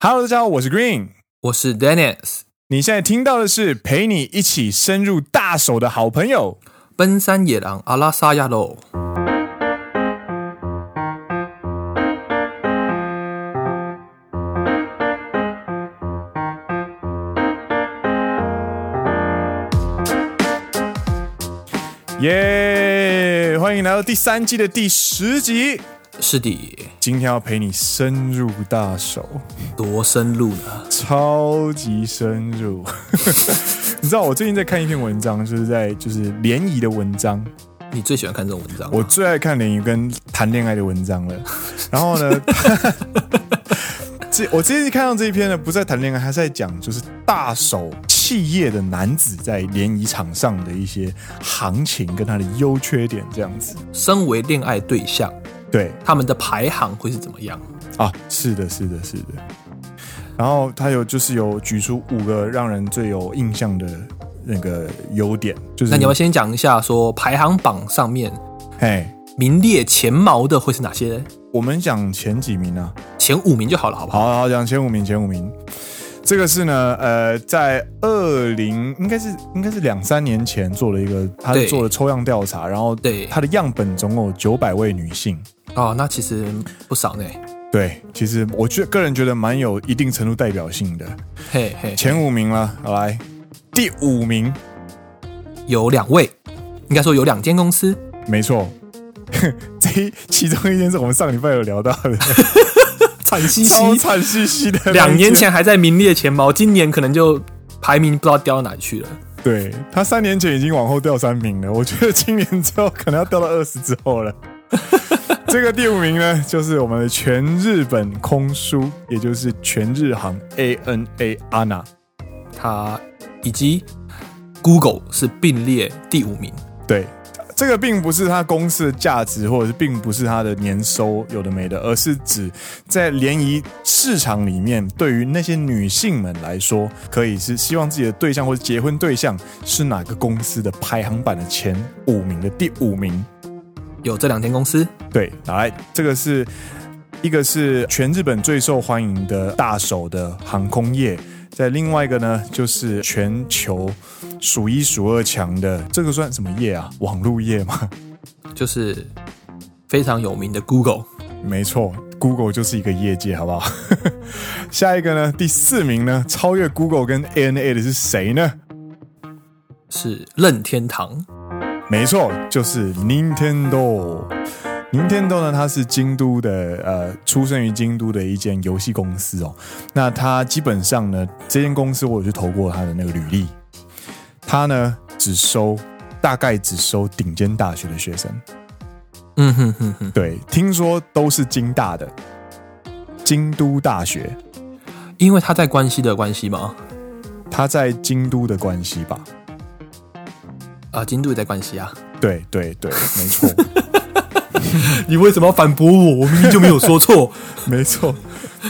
Hello，大家好，我是 Green。我是 Dennis，你现在听到的是陪你一起深入大手的好朋友。奔山野狼阿拉萨亚喽。耶、欢迎来到第三季的第十集。是的，今天要陪你深入大手，多深入呢？超级深入。 你知道我最近在看一篇文章，就是在就是联谊的文章，你最喜欢看这种文章吗？我最爱看联谊跟谈恋爱的文章 了。然后呢， 这我最近看到这一篇呢，不是在谈恋爱，他是在讲就是大手企业的男子在联谊场上的一些行情跟他的优缺点这样子。身为恋爱对象，对他们的排行会是怎么样？啊，是的，是的，是的。然后他有就是有举出五个让人最有印象的那个优点，就是那你要不要先讲一下，说排行榜上面哎，名列前茅的会是哪些？我们讲前几名啊，前五名就好了，好不好？好好讲前五名，前五名。这个是呢，呃，在二零应该是应该是两三年前做了一个，他对做了抽样调查，然后对他的样本总共有九百位女性。哦，那其实不少呢。对，其实我觉个人觉得蛮有一定程度代表性的。嘿嘿，前五名了，好来，第五名，有两位，应该说有两间公司。没错， 这一其中一件是我们上礼拜有聊到 的，惨兮超惨兮兮的那一间，两年前还在名列前茅，今年可能就排名不知道掉到哪里去了。对他三年前已经往后掉三名了，我觉得今年之后可能要掉到二十之后了。这个第五名呢，就是我们的全日本空叔，也就是全日航 ANA ANA。它以及 Google 是并列第五名。对，这个并不是它公司的价值，或者是并不是它的年收有的没的，而是指在联谊市场里面，对于那些女性们来说，可以是希望自己的对象或者结婚对象是哪个公司的排行榜的前五名的第五名。有这两间公司，对，来，这个是一个是全日本最受欢迎的大手的航空业，在另外一个呢就是全球数一数二强的，这个算什么业啊？网络业吗？ 就是非常有名的 Google。没错，Google 就是一个业界，好不 好？下一个呢，第四名呢，超越 Google 跟 ANA 的是谁呢？是任天堂，没错，就是 Nintendo。Nintendo 呢，它是京都的，呃，出生于京都的一间游戏公司哦。那它基本上呢，这间公司我有去投过它的那个履历，它呢只收大概只收顶尖大学的学生，嗯哼哼哼，对，听说都是京大的，京都大学，因为它在关西的关系嘛，它在京都的关系吧？啊，京都也在关西啊。对对对，没错。 你为什么要反驳我？我明明就没有说 错。 没错，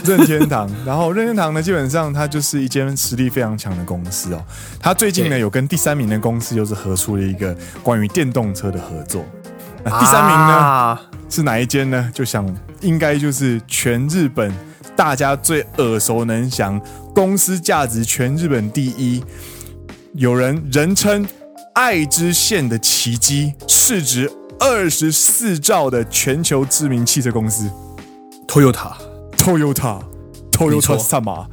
任天堂。然后任天堂呢，基本上它就是一间实力非常强的公司哦。它最近呢对有跟第三名的公司又是合出了一个关于电动车的合作。那第三名呢、啊是哪一间呢？就想应该就是全日本大家最耳熟能详，公司价值全日本第一，有人人称“爱之线”的奇迹，市值二十四兆的全球知名汽车公司。 ，Toyota。 Toyota 没 Toyota 错 Sama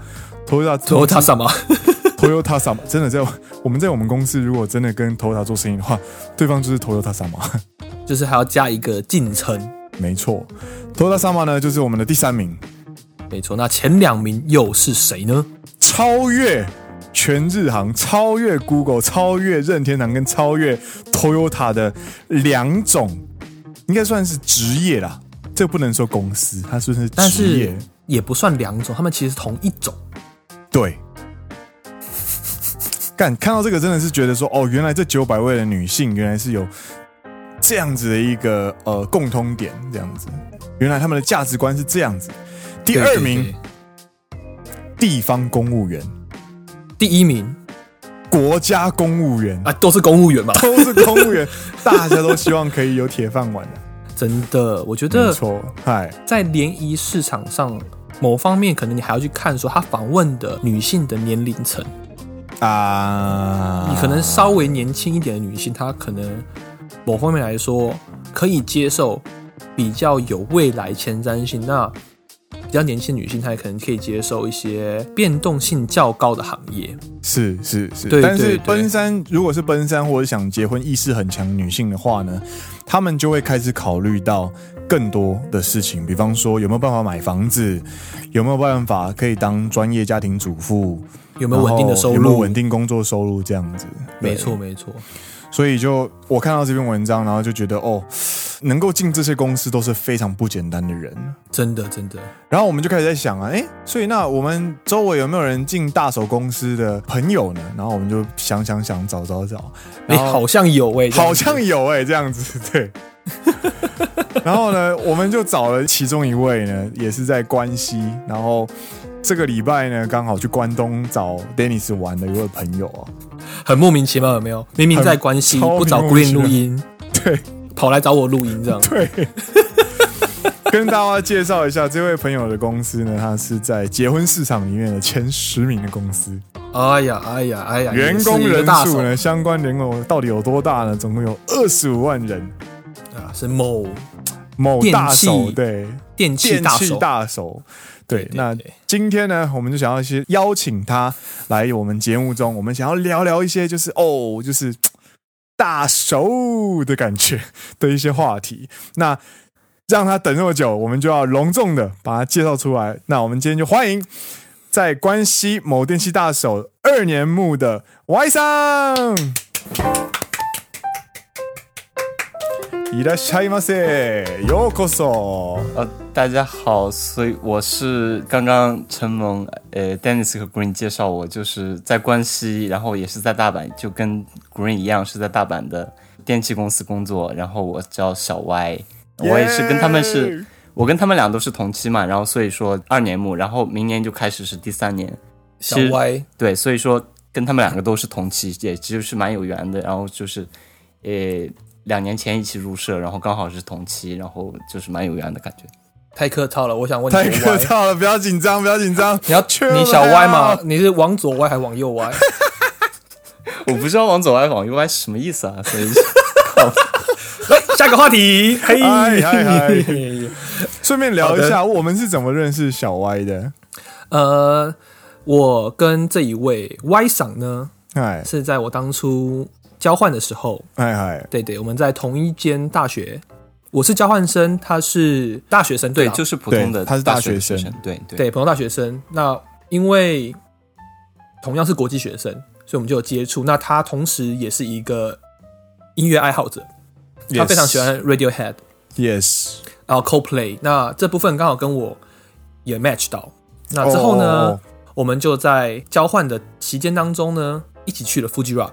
Toyota Toyota 什么？ Toyota Sama 真的在我们在我们公司如果真的跟 Toyota 做生意的话，对方就是 Toyota Sama，就是还要加一个进程，没错。Toyota Sama 呢就是我们的第三名，没错。那前两名又是谁呢？超越全日航、超越 Google、超越任天堂跟超越 Toyota 的两种，应该算是职业啦。这不能说公司，它算是但职业是。也不算两种，他们其实同一种。对，干看到这个真的是觉得说，哦，原来这九百位的女性原来是有这样子的一个呃共通点，这样子，原来他们的价值观是这样子。第对二对名，对地方公务员、第一名国家公务员、啊，都是公务员嘛。都是公务员，大家都希望可以有 铁饭碗的。真的，我觉没得错，嗨，在联谊市场上，某方面可能你还要去看说他访问的女性的年龄层，啊，你可能稍微年轻一点的女性，她可能某方面来说可以接受比较有未来前瞻性，那比较年轻的女性，她也可能可以接受一些变动性较高的行业。是是是，对但是对对奔三如果是奔三或者想结婚意识很强女性的话呢，她们就会开始考虑到更多的事情，比方说有没有办法买房子，有没有办法可以当专业家庭主妇，有没有稳定的然后收哦有没有入？稳定工作收入这样子。对没，错，没错，所以就我看到这篇文章，然后就觉得哦，能够进这些公司都是非常不简单的人。真的，真的，然后我们就开始在想啊，哎，所以那我们周围有没有人进大手公司的朋友呢？然后我们就想想想，找找找，哎、然后好像有哎、好像有哎、这样子 对。然后呢，我们就找了其中一位呢，也是在关西，然后这个礼拜呢刚好去关东找 Dennis 玩的一位朋友啊，很莫名其妙，有没有？明明在关系很超不找莫名其 Green 妙录音，对，跑来找我录音这样。 对。跟大家介绍一下，这位朋友的公司呢，它是在结婚市场里面的前十名的公司。哎呀，哎呀，哎呀，员工也是一个人大数手呢，相关人口到底有多大呢？总共有二十五万人。啊，是某某电器大手对电器电大器手。大手，对，对那对今天呢，我们就想要先邀请他来我们节目中，我们想要聊聊一些就是哦，就是嘖大手的感觉的一些话题。那让他等那么久，我们就要隆重的把他介绍出来。那我们今天就欢迎在关西某电器大手二年目的 Y 桑。いらっしゃいませ。ようこそ。呃，大家好，所以我是刚刚陈萌，呃，Dennis 和 Green 介绍我，就是在关西，然后也是在大阪，就跟 Green 一样是在大阪的电器公司工作，然后我叫小 Y，我也是跟他们是 Yeah 我跟他们俩都是同期嘛，然后所以说二年目，然后明年就开始是第三年，小其实 Y 对，所以说跟他们两个都是同期，也就是蛮有缘的。然后就是，呃，两年前一起入社，然后刚好是同期，然后就是蛮有缘的感觉。太客套了，我想问太你小客 Y，套了，不要紧张，不要紧 张。你要确你小 Y 了嘛？你是往左歪还往右歪？ 我不知道往左歪往右歪是什么意思啊，所以来下个话题，嘿， 嗨嗨嗨顺便聊一下，我们是怎么认识小歪的？ 呃，我跟这一位 Y 赏呢，哎是在我当初交换的时候，哎哎，对对，我们在同一间大学，我是交换生，他是大学生，对，吧就是普通的对他是大大学学生生，对对对，普通大学生。那因为同样是国际学生，所以我们就有接触。那他同时也是一个音乐爱好者，他非常喜欢 Radiohead， Yes。然后 Coldplay。那这部分刚好跟我也 match 到。那哦啊之后呢，哦我们就在交换的期间当中呢，一起去了 Fuji Rock，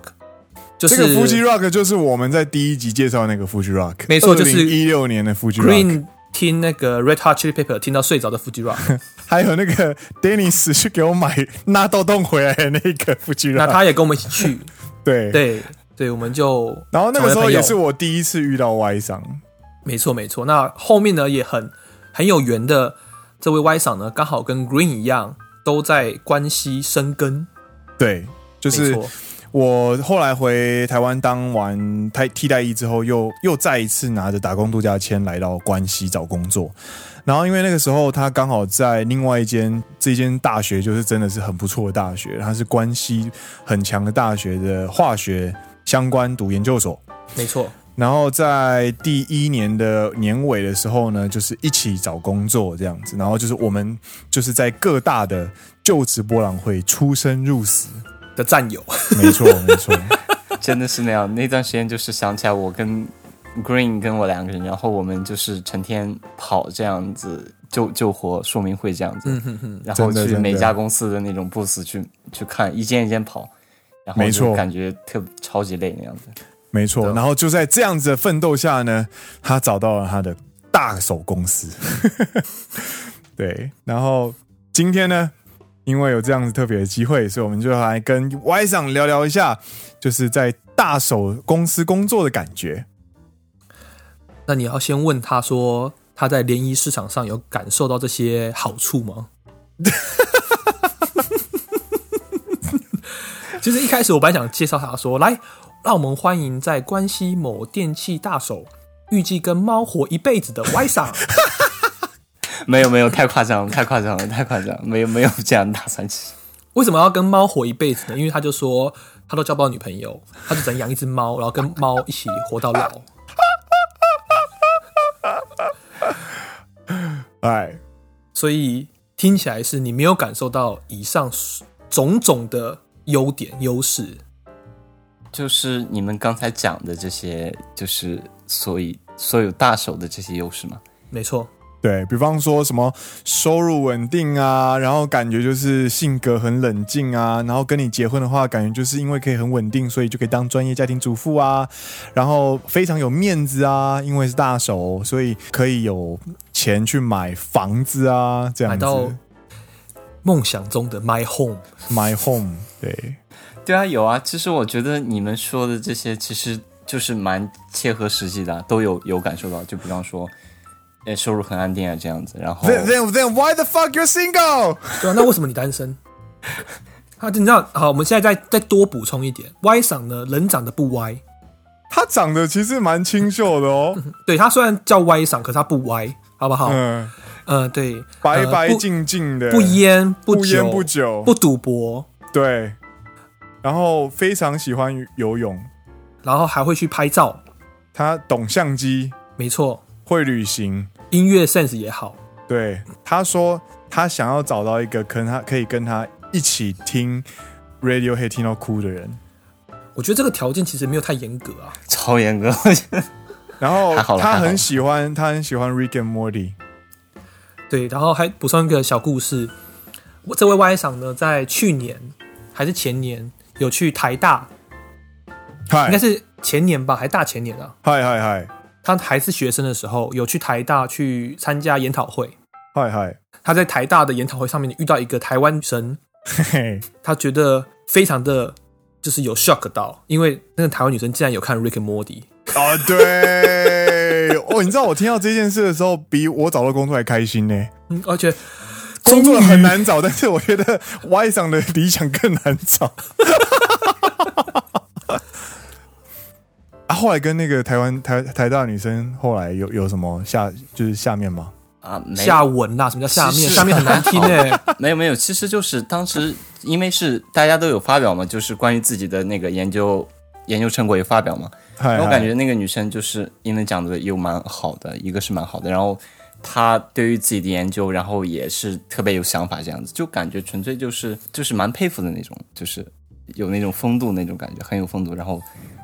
就这是个 Fuji Rock 就是我们在第一集介绍的那个 Fuji Rock，没错就是一六年的 Fuji Rock， Green 听那个 Red Hot Chili Pepper 听到睡着的 Fuji Rock，还有那个 Dennis 去给我买纳豆冻回来的那个 Fuji 那 Rock，他也跟我们一 起去，对。对对，我们就然后那个时成为候朋友也是我第一次遇到 Y 上，没错没错，那后面呢也很很有缘的，这位 Y 赏呢刚好跟 Green 一样，都在关西生根，对，就没是错，我后来回台湾当完替替代役之后，又又再一次拿着打工度假签来到关西找工作。然后因为那个时候他刚好在另外一间这间大学，就是真的是很不错的大学，它是关西很强的大学的化学相关读研究所。没错，然后在第一年的年尾的时候呢，就是一起找工作这样子，然后就是我们就是在各大的就职博览会出生入死，的战友，没错没错。真的是那样。那段时间就是想起来我跟 Green 跟我两个人，然后我们就是成天跑这样子救救火说明会这样子，嗯哼哼，然后真的去每真的家公司的那种 booth 去去看，一间一间跑，然后没就错感觉特超级累那样子。没错，然后就在这样子的奋斗下呢，他找到了他的大手公司。 对，然后今天呢，因为有这样子特别的机会，所以我们就来跟 Y 上聊聊一下，就是在大手公司工作的感觉。那你要先问他说他在联谊市场上有感受到这些好处吗？ 其实一开始我本来想介绍他说，来，让我们欢迎在关西某电器大手，预计跟猫活一辈子的 Y 傻。没有没有，太夸张了，太夸张了，太夸张了，没有没有这样的打算。其实为什么要跟猫活一辈子呢？因为他就说他都交不到女朋友，他就只能养一只猫，然后跟猫一起活到老。哎，所以听起来是你没有感受到以上种种的优点优势。就是你们刚才讲的这些，就是所以所有大手的这些优势嘛。没错，对比方说什么收入稳定啊，然后感觉就是性格很冷静啊，然后跟你结婚的话，感觉就是因为可以很稳定，所以就可以当专业家庭主妇啊，然后非常有面子啊，因为是大手，所以可以有钱去买房子啊，这买样到子梦想中的 my home。 my home，对， 对啊，有啊。其实我觉得你们说的这些，其实就是蛮切合实际的啊，都有有感受到。就比方说，呃，收入很安定啊，这样子。然哦后 Then then then why the fuck you're single？对啊，那为什么你单身？ 啊，你知道，好，我们现在再再多补充一点，Y 嗓呢，人长得不歪，他长得其实蛮清秀的 哦，对他虽然叫 Y 嗓，可是他不歪，好不好？嗯、嗯，对，白呃白不净净的，不烟不不烟酒不酒，不赌博，对，然后非常喜欢游泳，然后还会去拍照，他懂相机，没错，会旅行。音乐 sense 也好，对，他说他想要找到一个跟他可以跟他一起听 Radiohead 听到哭的人。我觉得这个条件其实没有太严格啊。超严格，然后还好啦他还好很啦喜欢，他很喜欢 Rick and Morty。对，然后还补充一个小故事，我这位 Y 嗓呢，在去年还是前年有去台大，嗨哎应该是前年吧，还是大前年啊，嗨嗨嗨他还是学生的时候，有去台大去参加研讨会。嗨嗨，他在台大的研讨会上面遇到一个台湾女生，嘿嘿，他觉得非常的就是有 shock 到，因为那个台湾女生竟然有看 Rick and Morty。啊对，哦，你知道我听到这件事的时候，比我找到工作还开心呢。嗯，而且工作很难找，但是我觉得 Y 上的理想更难找。 啊，后来跟那个台湾台台大女生后来有有什么下就是下面吗？啊，没下文啦，什么叫下其面？实下面很难听哎、没有没有，其实就是当时因为是大家都有发表嘛，就是关于自己的那个研究研究成果有发表嘛。嗨然后嗨感觉那个女生就是英文讲的又蛮好的，一个是蛮好的，然后她对于自己的研究，然后也是特别有想法，这样子就感觉纯粹就是就是蛮佩服的那种，就是有那种风度那种感觉，很有风度，然后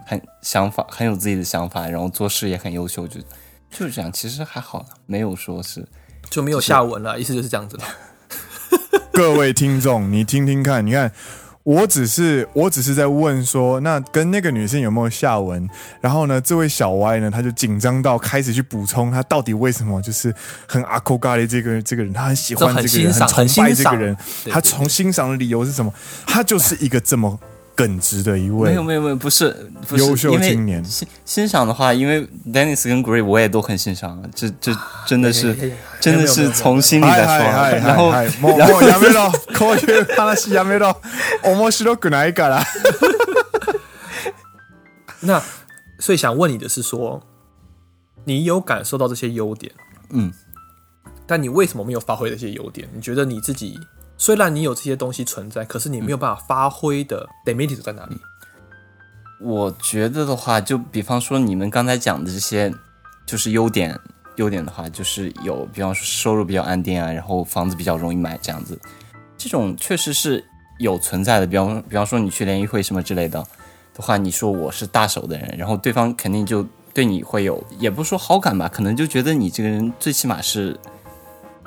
很想法很有自己的想法，然后做事也很优秀，就就是这样。其实还好啦，没有说是就没有下文了，意思就是这样子了。各位听众，你听听看，你看，我只是我只是在问说，那跟那个女生有没有下文？然后呢，这位小 Y 呢，他就紧张到开始去补充，他到底为什么就是很阿扣咖喱这个这个人，他很喜欢这很这个人，欣赏很崇拜很这个欣赏人，对他从欣赏的理由是什么？他就是一个这么耿直的一没位有。没有没有，不是不是优秀因为青年欣欣赏的话，因为 Dennis 跟 Gray 我也都很欣赏，啊这这真的是哎呀哎呀哎呀真的没有没有没是有从心里嗨在嗨说啊嗨，，然后 嗨もうもうやめろ、こういう話やめろ、面白くないから。那所以想问你的是说，你有感受到这些优点，嗯，但你为什么没有发挥这些优点？你觉得你自己虽然你有这些东西存在，可是你没有办法发挥的 demerit 在哪里？我觉得的话，就比方说你们刚才讲的这些，就是优点。优点的话，就是有，比方说收入比较安定啊，然后房子比较容易买这样子，这种确实是有存在的。比方比方说你去联谊会什么之类的的话，你说我是大手的人，然后对方肯定就对你会有，也不是说好感吧，可能就觉得你这个人最起码是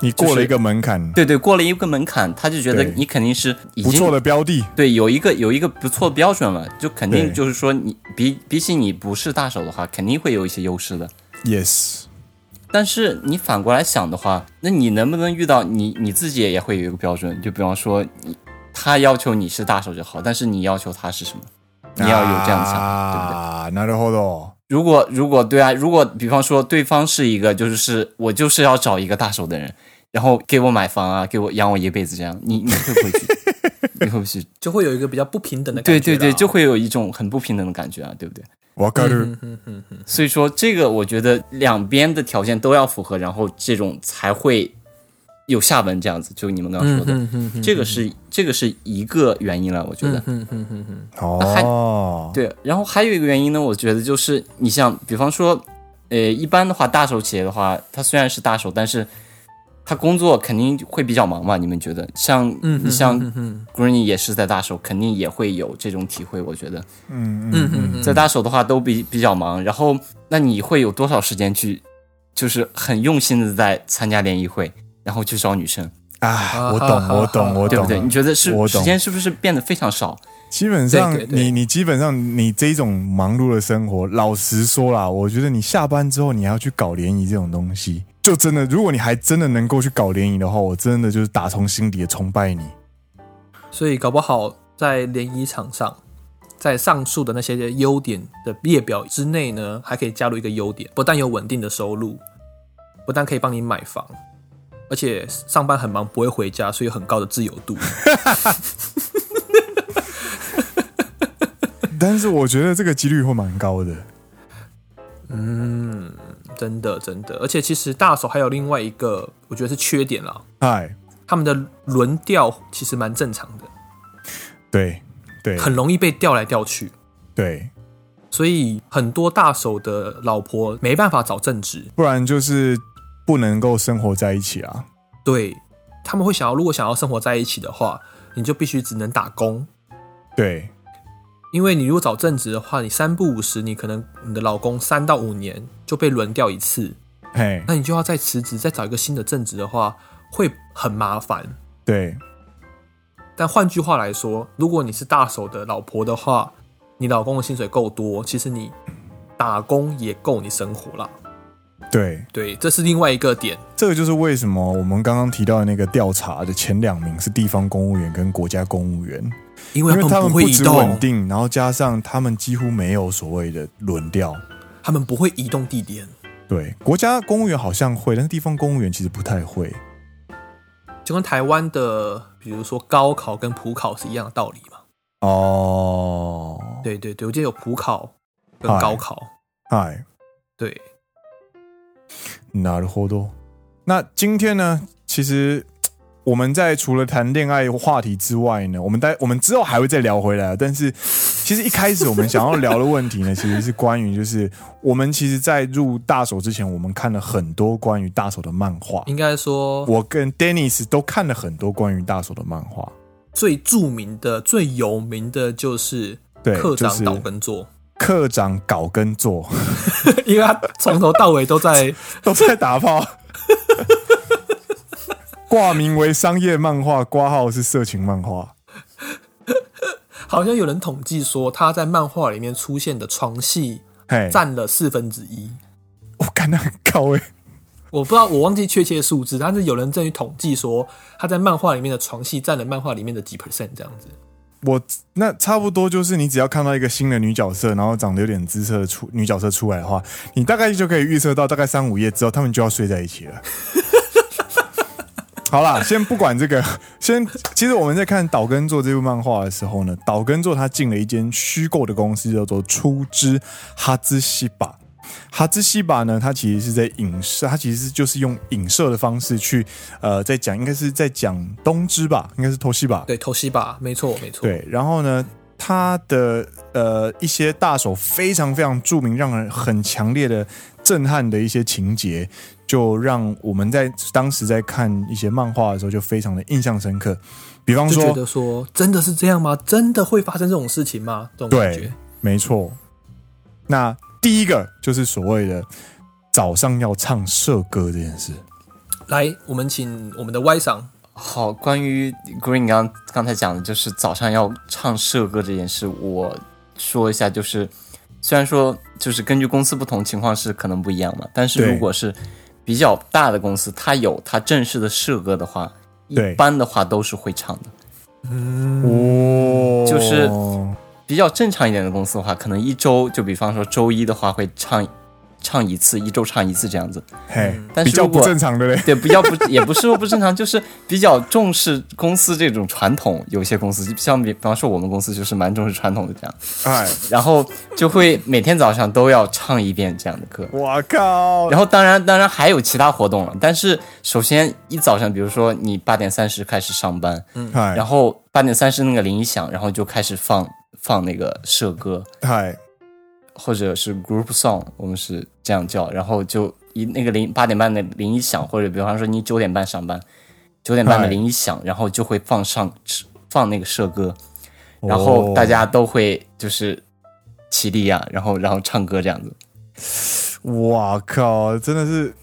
你过了一个门槛，对对过了一个门槛，他就觉得对你肯定是已不经错的标的。对，有一个有一个不错的标准了，就肯对定就是说你比比起你不是大手的话，肯定会有一些优势的。 Yes。但是你反过来想的话，那你能不能遇到你你自己也会有一个标准？就比方说你他要求你是大手就好，但是你要求他是什么？你要有这样想，对不对？啊，なるほど。如果如果对啊，如果比方说对方是一个就是是我就是要找一个大手的人，然后给我买房啊，给我养我一辈子这样，你你会不会 去？你会不会去？就会有一个比较不平等的感对觉。啊对对，就。会有一种很不平等的感觉啊，对不对？我告 诉嗯嗯嗯嗯，所以说，这个我觉得两边的条件都要符合，然后这种才会有下文这样子。就你们刚刚说嗯的，这个是这个是一个原因了，我嗯觉得。哦，对，然后还有一个原因呢，我觉得就是你像，比方说，呃，一般的话，大手企业的话，它虽然是大手，但是它工作肯定会比较忙嘛。你们觉得？像嗯你像 Greeny 也是在大手，肯定也会有这种体会。我觉得嗯嗯嗯，在大手的话都比比较忙，然后那你会有多少时间去，就是很用心的在参加联谊会，然后去找女生，啊，我好懂，好我好懂，我对懂不对？了你。觉得是我懂时间是不是变得非常少？基本上对对对你你基本上你这种忙碌的生活，老实说啦，我觉得你下班之后你还要去搞联谊这种东西，就真的，如果你还真的能够去搞联谊的话，我真的就是打从心底的崇拜你。 所以搞不好在联谊场上，在上述的那些优点的列表之内呢，还可以加入一个优点，不但有稳定的收入，不但可以帮你买房，而且上班很忙不会回家，所以有很高的自由度。但是我觉得这个几率会蛮高 的。嗯，真的真的，而且其实大手还有另外一个，我觉得是缺点啦，嗨，他们的轮调其实蛮正常的，对对很容易被调来调去。对，所以很多大手的老婆没办法找正职，不然就是不能够生活在一起啊。对他们会想要，如果想要生活在一起的话，你就必须只能打工，对，因为你如果找正职的话，你三不五时，你可能你的老公三到五年就被轮调一次，嘿，那你就要再辞职，再找一个新的正职的话，会很麻烦。对但换句话来说，如果你是大手的老婆的话，你老公的薪水够多，其实你打工也够你生活啦。对，对，这是另外一个点。这个就是为什么我们刚刚提到的那个调查的前两名是地方公务员跟国家公务员。因因为为他他们们不会不移止动稳，定，然后加上他们几乎没有所谓的轮调。他们不会移动地点，对，国家公务员好像会，但是地方公务员其实不太会。就跟台湾的，比如说高考跟普考是一样的道理嘛。哦，对对对，我记得有普考跟哎高考，嗨，对，なるほど。那今天呢，其实我们在除了谈恋爱话题之外呢，我们待我们之后还会再聊回来啊。但是，其实一开始我们想要聊的问题呢， 其实是关于就是我们其实，在入大手之前，我们看了很多关于大手的漫画。应该说我跟 Dennis 都看了很多关于大手的漫画。最著名的、最有名的就是对课就长是岛根座，课长搞跟做 因为他从头到尾都在 都在打炮， 挂名为商业漫画，挂号是色情漫画。好像有人统计说，他在漫画里面出现的床戏嘿，占了四分之一。我感到很高哎、我不知道，我忘记确切数字，但是有人正于统计说，他在漫画里面的床戏占了漫画里面的几 percent 这样子。我那差不多就是，你只要看到一个新的女角色，然后长得有点姿色的出女角色出来的话，你大概就可以预测到，大概三五页之后，他们就要睡在一起了。好啦，先不管这个，先其实我们在看岛根座这部漫画的时候呢，岛根座他进了一间虚构的公司，叫做出之哈兹西巴。哈兹西巴呢，它其实是在影射，它其实就是用影射的方式去，呃，在讲，应该是在讲东芝吧，应该是托西吧，对，头西吧，没错，没错。，对，然后呢，他的呃一些大手非常非常著名，让人很强烈的震撼的一些情节，就让我们在当时在看一些漫画的时候就非常的印象深刻。比方就觉说，得说，真的是这样吗？真的会发生这种事情吗？这种感对觉。，没错。那第一个就是所谓的早上要唱社歌这件事。来，我们请我们的 Y 赏好，关于 Green 刚刚才讲的，就是早上要唱社歌这件事，我说一下，就是虽然说就是根据公司不同情况是可能不一样嘛，但是对如果是比较大的公司，它有它正式的社歌的话，一对般的话都是会唱的。哦，嗯就是比较正常一点的公司的话，可能一周就比方说周一的话会唱唱一次，一周唱一次这样子。嘿，嗯但比是较如不果正常 的嘞。对，比较不也不是说不正常，就是比较重视公司这种传统。有些公司像比比方说我们公司就是蛮重视传统的这样，哎，然后就会每天早上都要唱一遍这样的歌。我靠！然后当然当然还有其他活动了，但是首先一早上，比如说你八点三十开始上班，嗨然后八点三十那个铃一响，然后就开始放放那个社歌嗨，或者是 group song，我们是这样叫，然后就一那个铃八点半的铃一响，或者比方说你九点半上班，九点半的嗨铃一响，然后就会放上放那个社歌，哦然后大家都会就是起立啊，然后然后唱歌这样子。我靠，真的是，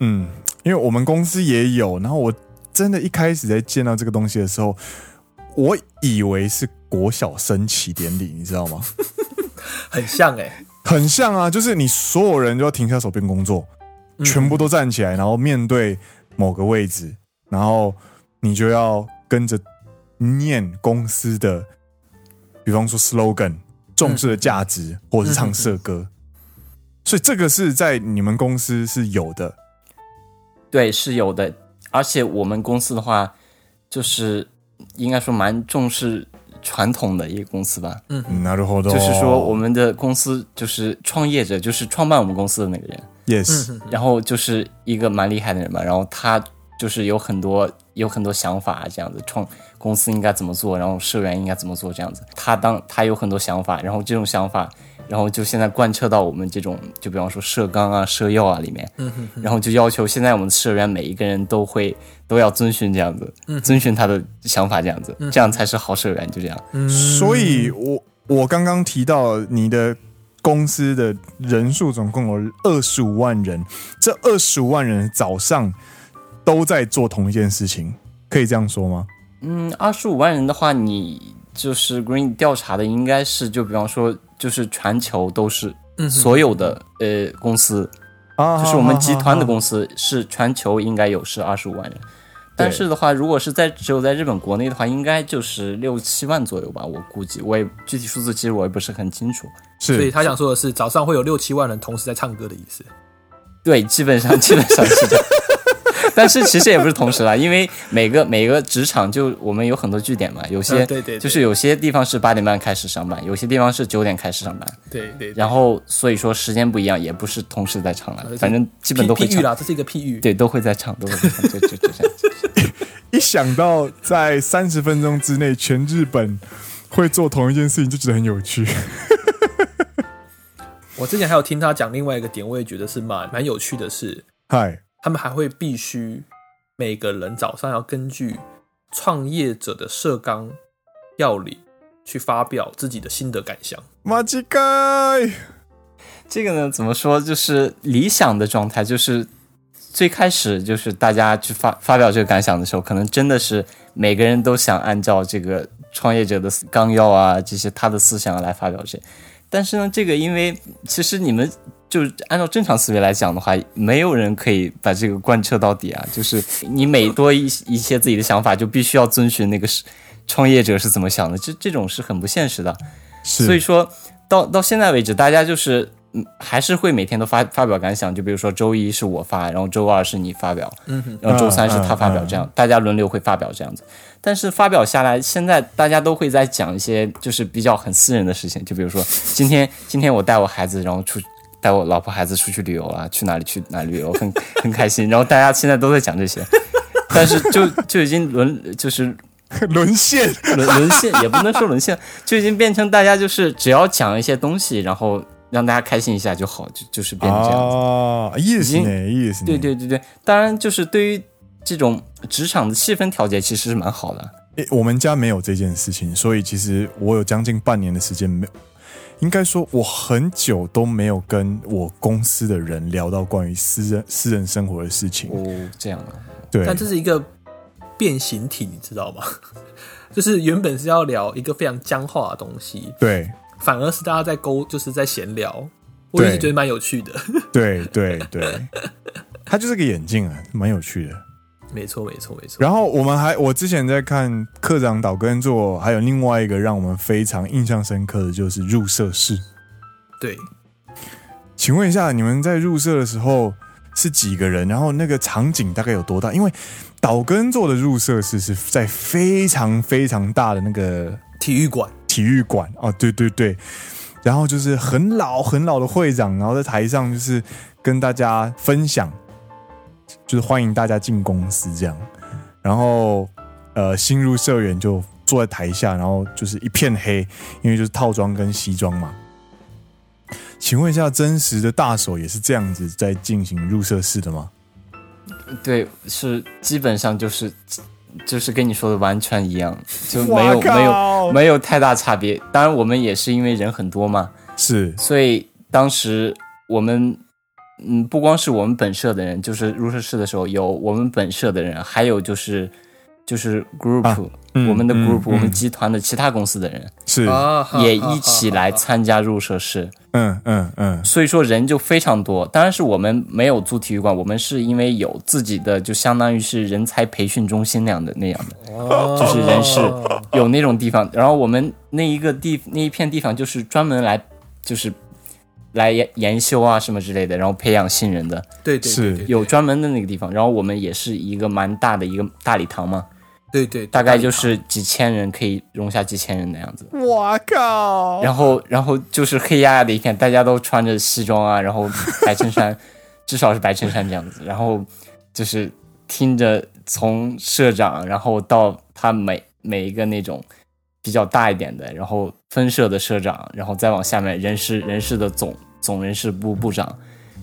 嗯，因为我们公司也有，然后我真的一开始在见到这个东西的时候，我以为是国小升旗典礼，你知道吗？很像哎、 很像啊，就是你所有人都要停下手边工作，嗯全部都站起来，然后面对某个位置，然后你就要跟着念公司的，比方说 slogan、重视的价值，或者是唱社歌。所以这个是在你们公司是有的，对，是有的。而且我们公司的话，就是应该说蛮重视传统的一个公司吧。なるほど。就是说，我们的公司就是创业者，就是创办我们公司的那个人， yes，、然后就是一个蛮厉害的人嘛。然后他就是有很多有很多想法，这样子创公司应该怎么做，然后社员应该怎么做，这样子。他当他有很多想法，然后这种想法，然后就现在贯彻到我们这种，就比方说社纲啊、社药啊里面，然后就要求现在我们社员每一个人都会都要遵循这样子，遵循他的想法这样子，这样才是好社员，就这样。嗯所以我我刚刚提到你的公司的人数总共有二十五万人，这二十五万人早上都在做同一件事情，可以这样说吗？嗯，二十五万人的话，你就是 Green 调查的应该是，就比方说，就是全球都是嗯哼所有的呃公司，啊就是我们集团的司。公司是全球应该有是二十五万人，但是的话，如果是在只有在日本国内的话，应该就是六七万左右吧，我估计，我也具体数字其实我也不是很清楚。所以是他想说的是，早上会有六七万人同时在唱歌的意思。对，基本上基本上是这样。 但是其实也不是同时啦，因为每个每个职场就我们有很多据点嘛，有些、嗯对对对就是有些地方是八点半开始上班，有些地方是九点开始上班，对对，呃然后所以说时间不一样，也不是同时在唱了而且，反正基本都会譬喻唱，啦，这是一个譬喻。对，都会在唱，都会在唱，就就就这样。一想到在三十分钟之内全日本会做同一件事情，就觉得很有 趣。我之前还有听他讲另外一个点，我也觉得是蛮蛮有趣的是，嗨，他们还会必须每个人早上要根据创业者的社纲要领去发表自己的心得感想。马吉盖，这个呢，怎么说？就是理想的状态，就是最开始就是大家去发发表这个感想的时候，可能真的是每个人都想按照这个创业者的思纲要啊，这些他的思想来发表这。但是呢，这个因为其实你们就是按照正常思维来讲的话，没有人可以把这个贯彻到底啊。就是你每多一一些自己的想法，就必须要遵循那个是创业者是怎么想的，这这种是很不现实的。是所以说到到现在为止，大家就是嗯，还是会每天都发发表感想，就比如说周一是我发，然后周二是你发表，嗯哼，然后周三是嗯他发表，嗯这样、大家轮流会发表这样子。但是发表下来，现在大家都会在讲一些就是比较很私人的事情，就比如说今天今天我带我孩子，然后出带我老婆孩子出去旅游啊，去哪里去哪里旅游，很很开心。然后大家现在都在讲这些，但是就就已经轮就是沦陷，沦沦陷，也不能说沦陷，就已经变成大家就是只要讲一些东西，然后让大家开心一下就好，就就是变成这样子。啊，意思呢，意思呢，对对对对，当然就是对于这种职场的气氛调节其实是蛮好的。诶，我们家没有这件事情，所以其实我有将近半年的时间没有，应该说我很久都没有跟我公司的人聊到关于私人私人生活的事情。哦，这样啊，对，但这是一个变形体，你知道吗？ 就是原本是要聊一个非常僵化的东西，对反而是大家在勾，就是在闲聊。我一直对觉得蛮有趣的， 对对对，它就是个眼镜啊，蛮有趣的。没错，没错，没错。然后我们还，我之前在看课长岛根座，还有另外一个让我们非常印象深刻的就是入社式。对，请问一下，你们在入社的时候是几个人？然后那个场景大概有多大？因为岛根做的入社是是在非常非常大的那个体育馆，体育馆哦，对对对，然后就是很老很老的会长，然后在台上就是跟大家分享，就是欢迎大家进公司这样，然后呃新入社员就坐在台下，然后就是一片黑，因为就是套装跟西装嘛。请问一下，真实的大手也是这样子在进行入社式的吗？对，是基本上就是就是跟你说的完全一样，就没哇有没有靠没有太大差别。当然，我们也是因为人很多嘛，是所以当时我们，嗯，不光是我们本社的人，就是入社式的时候有我们本社的人，还有就是就是 group、啊嗯我们的嗯 group、我们嗯集团的其他公司的人、是，啊哈也哈哈一起来哈参加入社式，嗯嗯嗯，所以说人就非常多。当然是我们没有租体育馆，我们是因为有自己的，就相当于是人才培训中心那样的那样的，哦就是人事有那种地方。然后我们那一个地那一片地方就是专门来就是来研研修啊什么之类的，然后培养新人的，对对是对对有专门的那个地方。然后我们也是一个蛮大的一个大礼堂嘛，对对，大概就是几千人可以容下几千人那样子。哇靠！然后然后就是黑压压的一片，大家都穿着西装啊，然后白衬衫，至少是白衬衫这样子。然后就是听着从社长，然后到他每每一个那种比较大一点的，然后分社的社长，然后再往下面人事人事的总总人事部部长。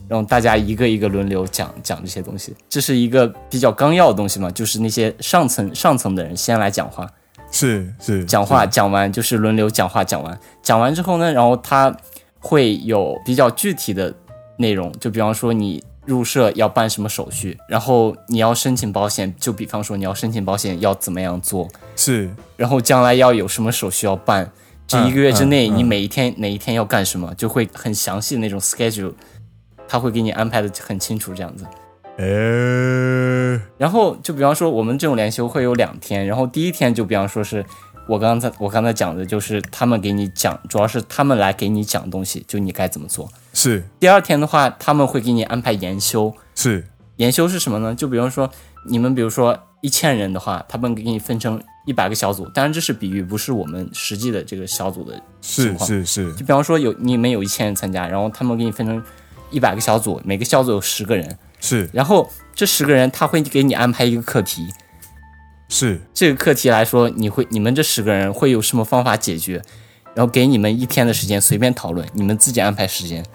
然后大家一个一个轮流讲讲这些东西，这是一个比较纲要的东西嘛，就是那些上层上层的人先来讲话，是是讲话讲完就是轮流讲话讲完，讲完之后呢，然后他会有比较具体的内容，就比方说你入社要办什么手续，然后你要申请保险，就比方说你要申请保险要怎么样做，是然后将来要有什么手续要办，这嗯一个月之内嗯嗯你每一天哪一天要干什么，就会很详细的那种 schedule，他会给你安排的很清楚这样子。呃，然后就比方说我们这种联休会有两天，然后第一天就比方说是我刚才我刚才讲的，就是他们给你讲，主要是他们来给你讲东西，就你该怎么做。是第二天的话，他们会给你安排研修，是研修是什么呢？就比方说你们比如说一千人的话，他们给你分成一百个小组，当然这是比喻，不是我们实际的这个小组的是情况是是就比方说有你们有一千人参加，然后他们给你分成一百个小组，每个小组有十个人，是然后这十个人他会给你安排一个课题。是这个课题来说，你会你们这十个人会有什么方法解决？然后给你们一天的时间随便讨论，你们自己安排时间。啊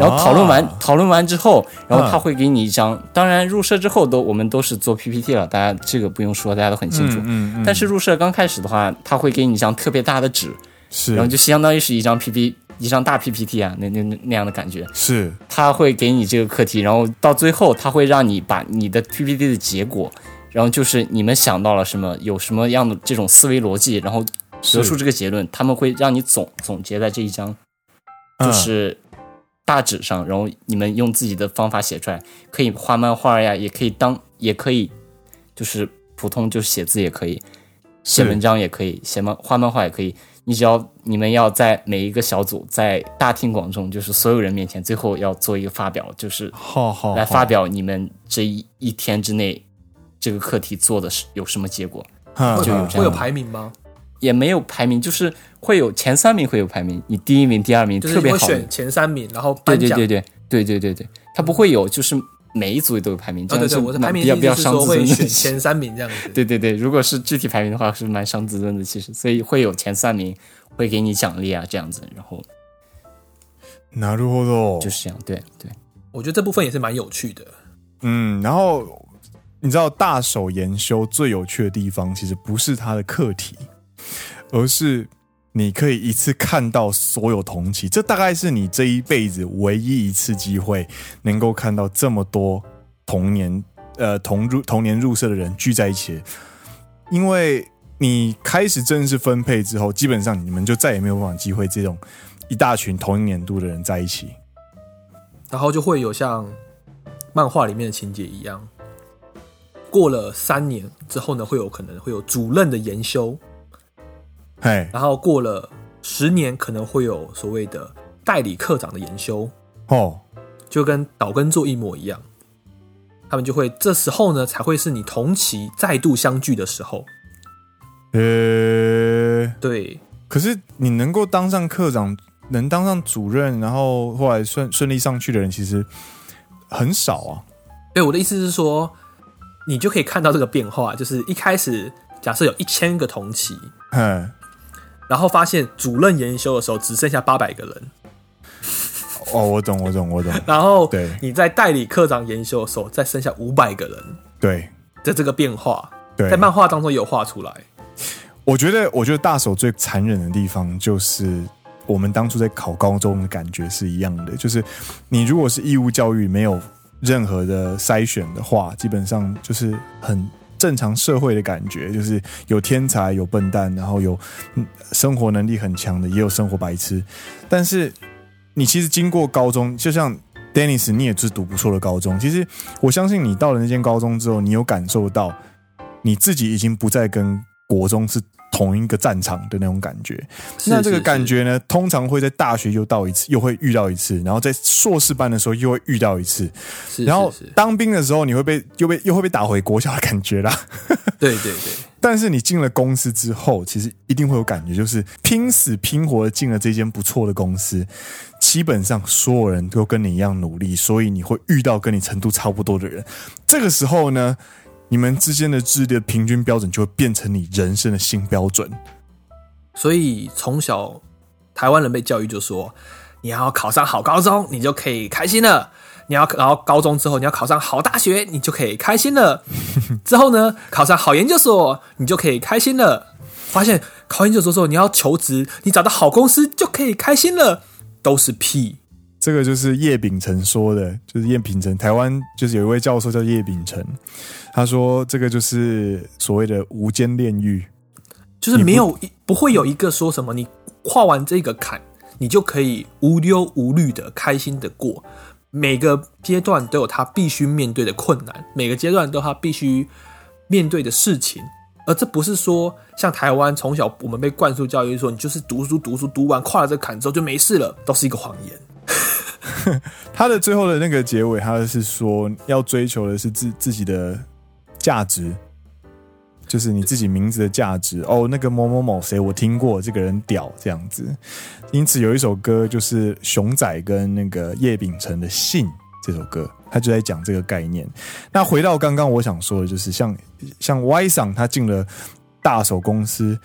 然后讨论完、讨论完之后，然嗯后他会给你一张，当然入社之后都我们都是做 PPT 了，大家这个不用说，大家都很清嗯楚。嗯嗯但是入社刚开始的话，他会给你一张特别大的纸，是然后就相当于是一张 PP 一张大 PPT 啊，那那那那样的感觉。是他会给你这个课题，然后到最后他会让你把你的 PPT 的结果，然后就是你们想到了什么，有什么样的这种思维逻辑，然后得出这个结论，他们会让你总总结在这一张就嗯是大纸上，然后你们用自己的方法写出来，可以画漫画呀，也可以当，也可以就是普通就写字也可以，写嗯是文章也可以，写漫画漫画也可以。你只要你们要在每一个小组，在大庭广众，就是所有人面前，最后要做一个发表，就是好哦好来好发表你们这一一天之内这个课题做的是有什么结果。嗯会就有有这样会有排名吗？也没有排名，就是会有前三名会有排名，你第一名、第二名就是特你别会好的，选前三名，然后对颁对奖。哦对对对对对对，他不会有就是每一组都有排名，这啊，样对对，就我的排蛮名比较一比较定是伤说自会尊选的。前三名这样子。 对对对，如果是具体排名的话，是蛮伤自尊的，其实，所以会有前三名会给你奖励啊，这样子，然后なるほど就是这样，对对，我觉得这部分也是蛮有趣的。嗯，然后你知道大手研修最有趣的地方，其实不是他的课题，而是你可以一次看到所有同期，这大概是你这一辈子唯一一次机会能够看到这么多同年呃同入同年入社的人聚在一起，因为你开始正式分配之后，基本上你们就再也没有办法机会这种一大群同一年度的人在一起。然后就会有像漫画里面的情节一样，过了三年之后呢，会有可能会有主任的研修，嘿，哎然后过了十年可能会有所谓的代理课长的研修，哦哦，就跟岛根座一模一样。他们就会这时候呢，才会是你同期再度相聚的时候。呃，对，可是你能够当上课长，能当上主任，然后后来顺顺利上去的人，其实很少啊。对，我的意思是说，你就可以看到这个变化，就是一开始假设有一千个同期，嗯，然后发现主任研修的时候只剩下八百个人，哦，我懂，我懂，我懂。然后对你在代理科长研修的时候再剩下五百个人对的这个变化，对在，漫画当中有画出来。我觉得，我觉得大手最残忍的地方就是。我们当初在考高中的感觉是一样的，就是你如果是义务教育没有任何的筛选的话，基本上就是很正常社会的感觉，就是有天才，有笨蛋，然后有嗯生活能力很强的，也有生活白痴。但是你其实经过高中，就像 Dennis，你也是读不错的高中。其实我相信你到了那间高中之后，你有感受到你自己已经不再跟国中是同一个战场的那种感觉。是那这个感，是觉呢，通常会在大学又到一次，又会遇到一次，然后在硕士班的时候又会遇到一次，是是然后是当兵的时候你会被又被又会被打回国小的感觉啦。对对对，但是你进了公司之后，其实一定会有感觉，就是拼死拼活的进了这间不错的公司，基本上所有人都跟你一样努力，所以你会遇到跟你程度差不多的人。这个时候呢，你们之间的智力的平均标准就会变成你人生的新标准。所以从小台湾人被教育就说，你要考上好高中，你就可以开心了。你要，然后高中之后你要考上好大学，你就可以开 心了。之后呢，考上好研究所，你就可以开心了。发现考研究所之后，你要求职，你找到好公司就可以开心了，都是屁。这个就是叶秉辰说的，就是叶秉辰，台湾就是有一位教授叫叶秉辰，他说这个就是所谓的无间炼狱。就是没有一不会有一个说什么你跨完这个坎，你就可以无忧无虑的开心的过。每个阶段都有他必须面对的困难，每个阶段都有他必须面对的事情。而这不是说像台湾从小我们被灌输教育说，你就是读书读书读完跨了这个坎之后就没事了，都是一个谎言。他的最后的那个结尾，他是说要追求的是自自己的价值，就是你自己名字的价值。哦，那个某某某谁，我听过，这个人屌这样子。因此有一首歌就是熊仔跟那个叶秉辰的《信》这首歌，他就在讲这个概念。那回到刚刚我想说的，就是像像 Y 上他进了大手公司，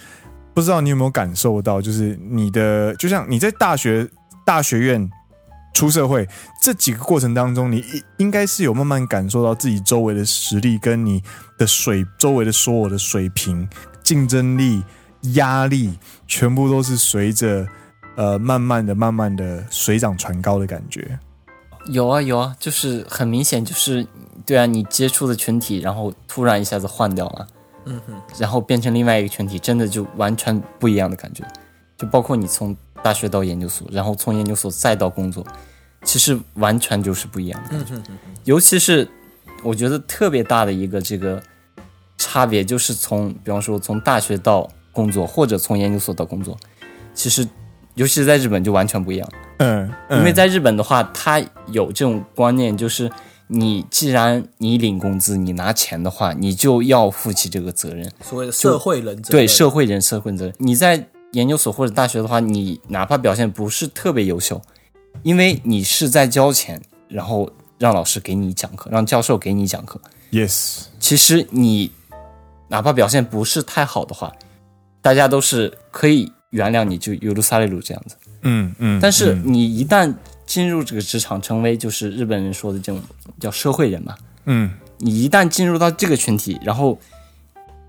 不知道你有没有感受到，就是你的就像你在大学大学院。出社会这几个过程当中，你应应该是有慢慢感受到自己周围的实力，跟你的水周围的所有的水平、竞争力、压力，全部都是随着呃慢慢的、慢慢的水涨船高的感觉。有啊有啊，就是很明显，就是对啊，你接触的群体，然后突然一下子换掉了，嗯哼，然后变成另外一个群体，真的就完全不一样的感觉。就包括你从大学到研究所，然后从研究所再到工作，其实完全就是不一样的嗯感觉。尤其是我觉得特别大的一个这个差别，就是从比方说从大学到工作，或者从研究所到工作，其实尤其是在日本就完全不一样。嗯，嗯因为在日本的话，他有这种观念，就是你既然你领工资，你拿钱的话，你就要负起这个责任。所谓的社会人责任，对社会人、社会责任。你在研究所或者大学的话，你哪怕表现不是特别优秀，因为你是在交钱，然后让老师给你讲课，让教授给你讲课。 ，yes，其实你哪怕表现不是太好的话，大家都是可以原谅你，就尤鲁萨利鲁这样子。嗯嗯，但是嗯你一旦进入这个职场，成为就是日本人说的这种叫社会人嘛，嗯你一旦进入到这个群体，然后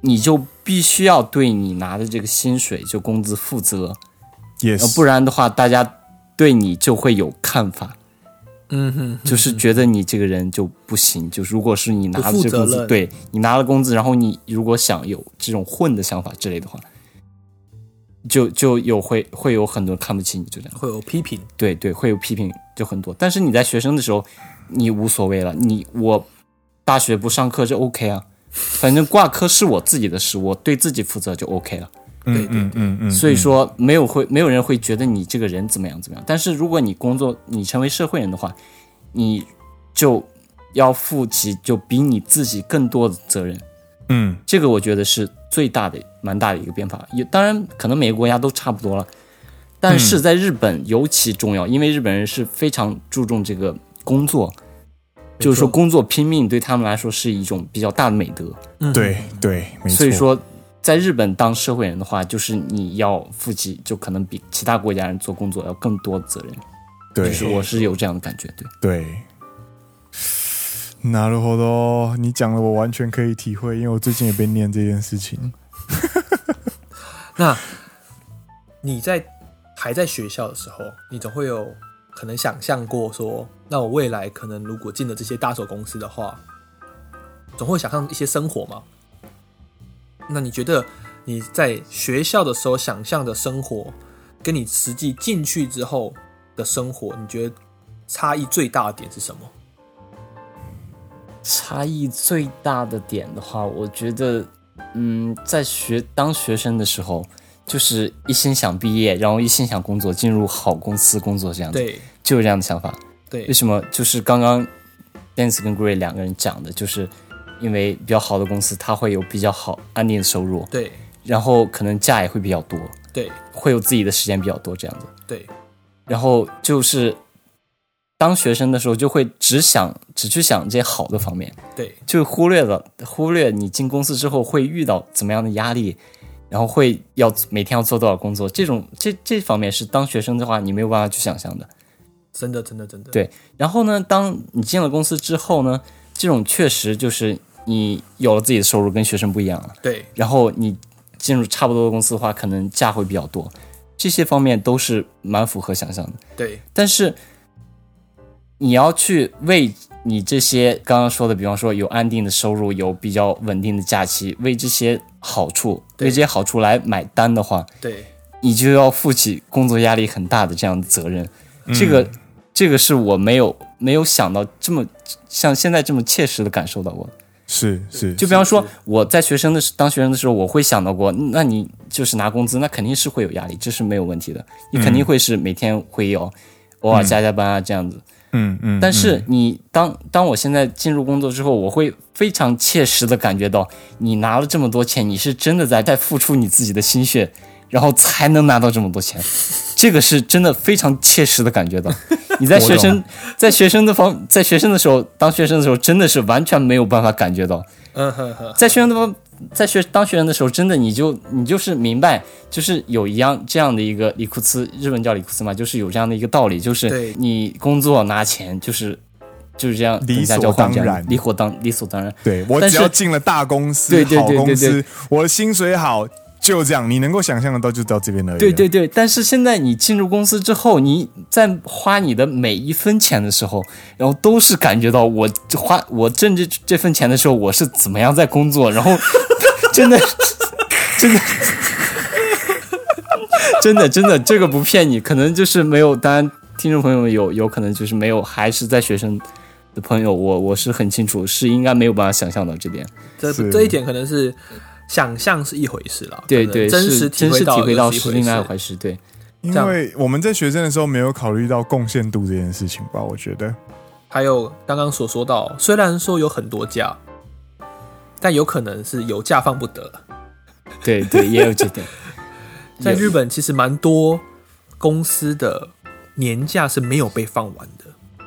你就必须要对你拿的这个薪水就工资负责，呃， ，yes，不然的话，大家对你就会有看法，嗯哼，就是觉得你这个人就不行。就如果是你拿了不这负个责工资，任对你拿了工资，然后你如果想有这种混的想法之类的话，就就有会会有很多人看不起你，就这样。会有批评，对对，会有批评就很多。但是你在学生的时候，你无所谓了，你我大学不上课就 OK 啊，反正挂科是我自己的事，我对自己负责就 OK 了。对对嗯嗯嗯，所以说没有会没有人会觉得你这个人怎么样怎么样。但是如果你工作你成为社会人的话，你就要负起就比你自己更多的责任。嗯，这个我觉得是最大的蛮大的一个变化。也当然可能每个国家都差不多了，但是在日本尤其重要，因为日本人是非常注重这个工作，就是说工作拼命对他们来说是一种比较大的美德。嗯，对对，没错。所以说，在日本当社会人的话，就是你要负起就可能比其他国家人做工作要更多的责任。对就是我是有这样的感觉，对。对，なるほど，哦你讲的我完全可以体会，因为我最近也被念这件事情。那你在还在学校的时候，你总会有可能想象过说，那我未来可能如果进了这些大手公司的话，总会想象一些生活嘛？那你觉得你在学校的时候想象的生活，跟你实际进去之后的生活，你觉得差异最大的点是什么？差异最大的点的话，我觉得，嗯，在学当学生的时候，就是一心想毕业，然后一心想工作，进入好公司工作这样子，对就有这样的想法。对为，什么？就是刚刚 Dance 跟 Gray 两个人讲的，就是因为比较好的公司，它会有比较好安定的收入，对然后可能假也会比较多，对会有自己的时间比较多这样子。对，然后就是当学生的时候，就会只想只去想这些好的方面，对就忽略了忽略你进公司之后会遇到怎么样的压力，然后会要每天要做多少工作，这种这这方面是当学生的话你没有办法去想象的。真的真的真的，对然后呢，当你进了公司之后呢，这种确实就是你有了自己的收入，跟学生不一样了。对然后你进入差不多的公司的话，可能价会比较多，这些方面都是蛮符合想象的。对但是你要去为你这些刚刚说的，比方说有安定的收入，有比较稳定的假期，为这些好处，对为这些好处来买单的话，对你就要负起工作压力很大的这样的责任。嗯嗯这个，这个是我没有没有想到这么像现在这么切实的感受到过的。是是，就比方说是我在学生的时当学生的时候，我会想到过，那你就是拿工资，那肯定是会有压力，这是没有问题的，你嗯肯定会是每天会有偶尔加加班啊这样子。嗯嗯，但是你当当我现在进入工作之后，我会非常切实的感觉到，你拿了这么多钱，你是真的在在付出你自己的心血，然后才能拿到这么多钱，这个是真的非常切实的感觉到。你在学我生在学生的方在学生的时候，当学生的时候，真的是完全没有办法感觉到。嗯哼哼，在学生的方在学当学生的时候，真的你就你就是明白，就是有一样这样的一个理库兹，日文叫理库兹嘛，就是有这样的一个道理，就是对你工作拿钱，就是就是这样理所等价交换这当样然，理所当理所当然。对我但只要是进了大公司、对对对好公司，对对我的薪水好，就这样，你能够想象得到就到这边而已。对对，对，但是现在你进入公司之后，你在花你的每一分钱的时候，然后都是感觉到我花我挣这这份钱的时候，我是怎么样在工作，然后 真的真的。真的，真的，这个不骗你，可能就是没有。当然，听众朋友们有有可能就是没有，还是在学生的朋友，我我是很清楚，是应该没有办法想象到这点。这是这一点可能是想象是一回事啦，对可能对，真是实真会实到体会到又是是另外一回事。回事。对，因这样为我们在学生的时候没有考虑到贡献度这件事情吧，我觉嗯得。还有刚刚所说到，虽然说有很多假，但有可能是有假放不得。对对，也有这 点。在有日本其实蛮多公司的年假是没有被放完的，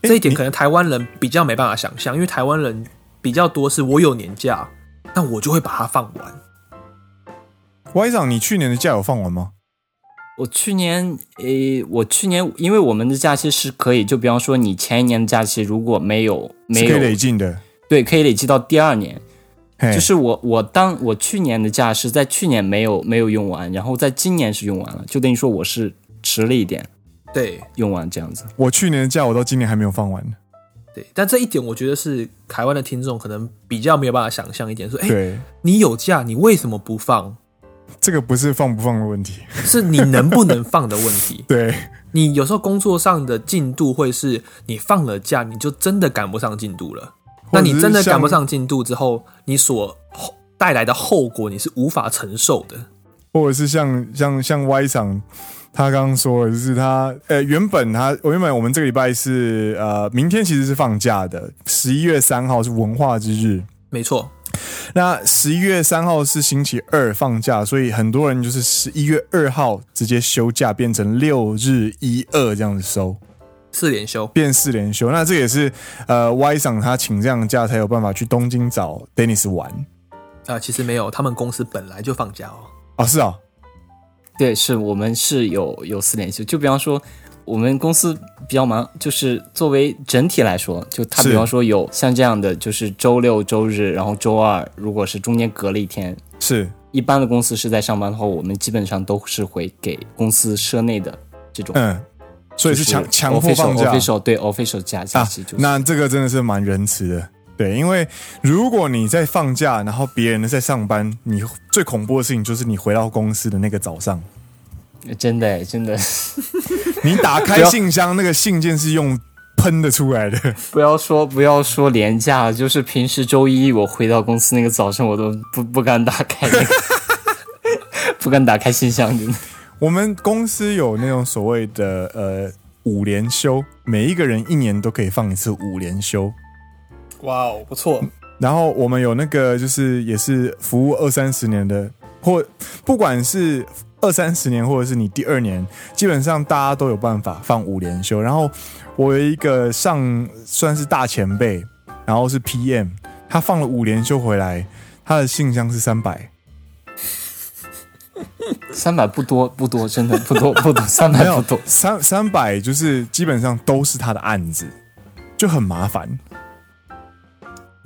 诶这一点你可能台湾人比较没办法想象，因为台湾人比较多是我有年假，那我就会把它放完。 Y 长，你去年的假有放完吗？我去年，诶，我去年因为我们的假期是可以，就比方说你前一年的假期如果没有没是可以累哎有，进的，对，可以累积到第二年。嘿就是我我当我去年的假是在去年没有没有用完，然后在今年是用完了，就等于说我是迟了一点对用完这样子。我去年的假，我到今年还没有放完。对，但这一点我觉得是台湾的听众可能比较没有办法想象一点，说，哎、对，你有假，你为什么不 放？这个不是放不放的问题，。是你能不能放的问题对你有时候工作上的进度会是你放了假，你就真的赶不上进度了。或那者是你真的像赶不上进度之后，你所后带来的后果你是无法承受的。或者是像像像 Y 厂，他刚刚说的就是他呃原本他我原本我们这个礼拜是呃明天其实是放假的，十一月三号是文化之日，没错，那十一月三号是星期二放假，所以很多人就是十一月二号直接休假，变成六日一二这样子收，四连休。变四连休。那这也是呃 Y 厂他请这样的假才有办法去东京找 Dennis 玩啊、其实没有，他们公司本来就放假哦。哦，是哦，对，是我们是有有四连休，就比方说我们公司比较忙，就是作为整体来说，就他是比方说有像这样的，就是周六周日，然后周二，如果是中间隔了一天。是一般的公司是在上班的话，我们基本上都是会给公司社内的这种，嗯，所以是强强迫 official- 放假 official 对 official 假假啊期就是、那这个真的是蛮仁慈的。对，因为如果你在放假，然后别人在上班，你最恐怖的事情就是你回到公司的那个早 上，真的真的你打开不要信箱，那个信件是用喷的出来的。不要说不要说廉价，就是平时周一我回到公司那个早上，我都不不敢打开、那个， 不敢打开信箱，真的。我们公司有那种所谓的呃五连休，每一个人一年都可以放一次五连休。哇哦，不错，然后我们有那个就是也是服务二三十年的，或不管是二三十年或者是你第二年，基本上大家都有办法放五连休。然后我有一个上算是大前辈，然后是 PM，他放了五连休回来，他的信箱是三百，三百不多不多，真的不多不多，三百没不有多。三三百就是基本上都是他的案子，就很麻烦。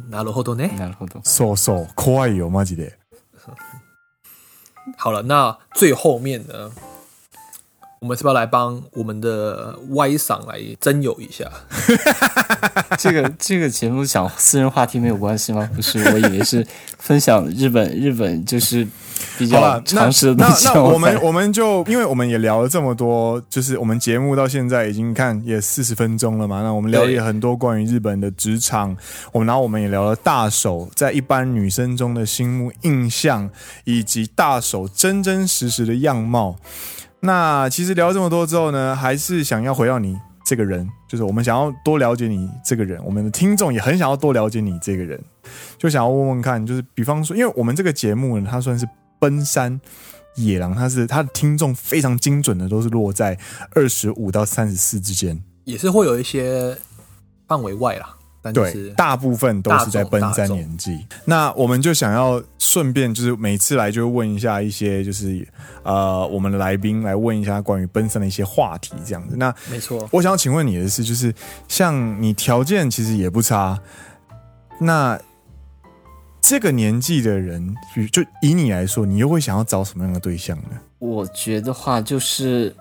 拿了后头呢？なるほど。そうそう怖いよマジで。好了，那最后面呢，我们是不是要来帮我们的 Y 嗓来征友一下？这个这个节目讲私人话题没有关系吗？不是，我以为是分享日本日本就是比好较了，那常识的那东西。那我们反我们就因为我们也聊了这么多，就是我们节目到现在已经看也四十分钟了嘛，那我们聊对也很多关于日本的职场，我们然后我们也聊了大手在一般女生中的心目印象，以及大手真真实实的样貌。那其实聊这么多之后呢，还是想要回到你这个人，就是我们想要多了解你这个人，我们的听众也很想要多了解你这个人，就想要问问看，就是比方说，因为我们这个节目呢，它算是奔山野狼，它是它的听众非常精准的，都是落在二十五到三十四之间，也是会有一些范围外啦，但就对，是大部分都是在奔三年纪。那我们就想要顺便，就是每次来就问一下一些，就是呃，我们的来宾来问一下关于奔三的一些话题，这样子。那没错，我想要请问你的是，就是像你条件其实也不差，那这个年纪的人，就就以你来说，你又会想要找什么样的对象呢？我觉得话就是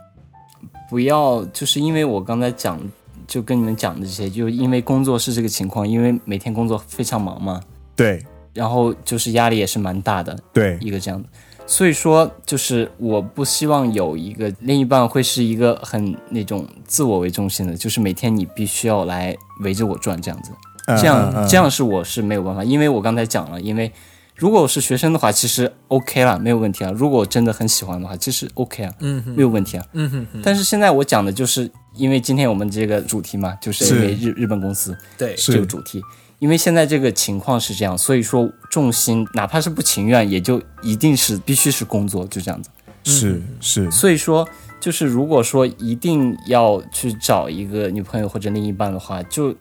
不要，就是因为我刚才讲，就跟你们讲的这些，就因为工作是这个情况，因为每天工作非常忙嘛，对然后就是压力也是蛮大的对，一个这样的。所以说，就是我不希望有一个另一半会是一个很那种自我为中心的，就是每天你必须要来围着我转这样子。嗯这样、嗯嗯这样是我是没有办法，因为我刚才讲了，因为如果我是学生的话，其实 OK 了，没有问题啊。如果我真的很喜欢的话，其实 OK 啊，嗯没哼，有问题啊。嗯哼哼，但是现在我讲的就是，因为今天我们这个主题嘛，就是是因为日日本公司对，是这个主题，因为现在这个情况是这样，所以说重心哪怕是不情愿，也就一定是必须是工作，就这样子。是是所以说，就是如果说一定要去找一个女朋友或者另一半的话，就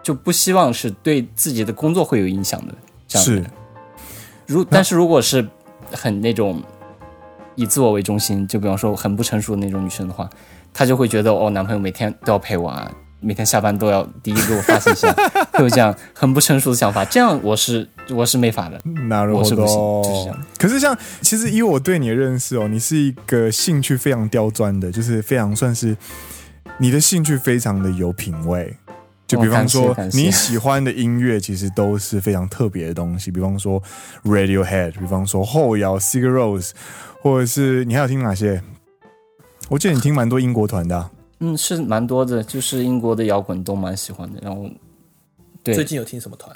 就不希望是对自己的工作会有影响的。这样子是，如但是如果是很那种以自我为中心，就比方说很不成熟的那种女生的话，她就会觉得哦，男朋友每天都要陪我啊，每天下班都要第一给我 发信息啊，会有这样很不成熟的想法。这样我是我是没法的。那如我是不行果就是这样可是像，其实以我对你的认识哦，你是一个兴趣非常刁钻的，就是非常算是你的兴趣非常的有品味。就哦比方感谢说感谢你喜欢的音乐，其实都是非常特别的东西。比方说 Radiohead，比方说后摇 s i g a r o s e 或者是你还有听哪些？我记得你听蛮多英国团的啊、嗯，是蛮多的，就是英国的摇滚都蛮喜欢的。然后，对最近有听什么团？